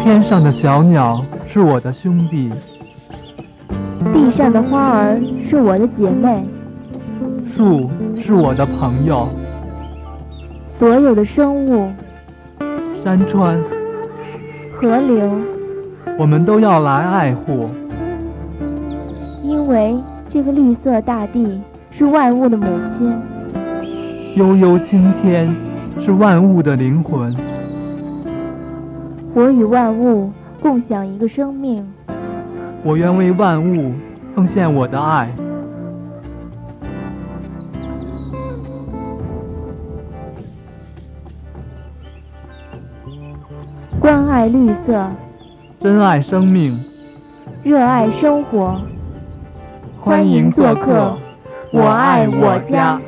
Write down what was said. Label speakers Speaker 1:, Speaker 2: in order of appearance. Speaker 1: 天上的小鸟是我的兄弟，
Speaker 2: 地上的花儿是我的姐妹，
Speaker 1: 树是我的朋友，
Speaker 2: 所有的生物、
Speaker 1: 山川
Speaker 2: 河流，
Speaker 1: 我们都要来爱护。
Speaker 2: 因为这个绿色大地是万物的母亲。
Speaker 1: 悠悠青天是万物的灵魂，
Speaker 2: 我与万物共享一个生命，
Speaker 1: 我愿为万物奉献我的爱。
Speaker 2: 关爱绿色，
Speaker 1: 珍爱生命，
Speaker 2: 热爱生活。
Speaker 1: 欢迎做客，
Speaker 2: 我爱我家。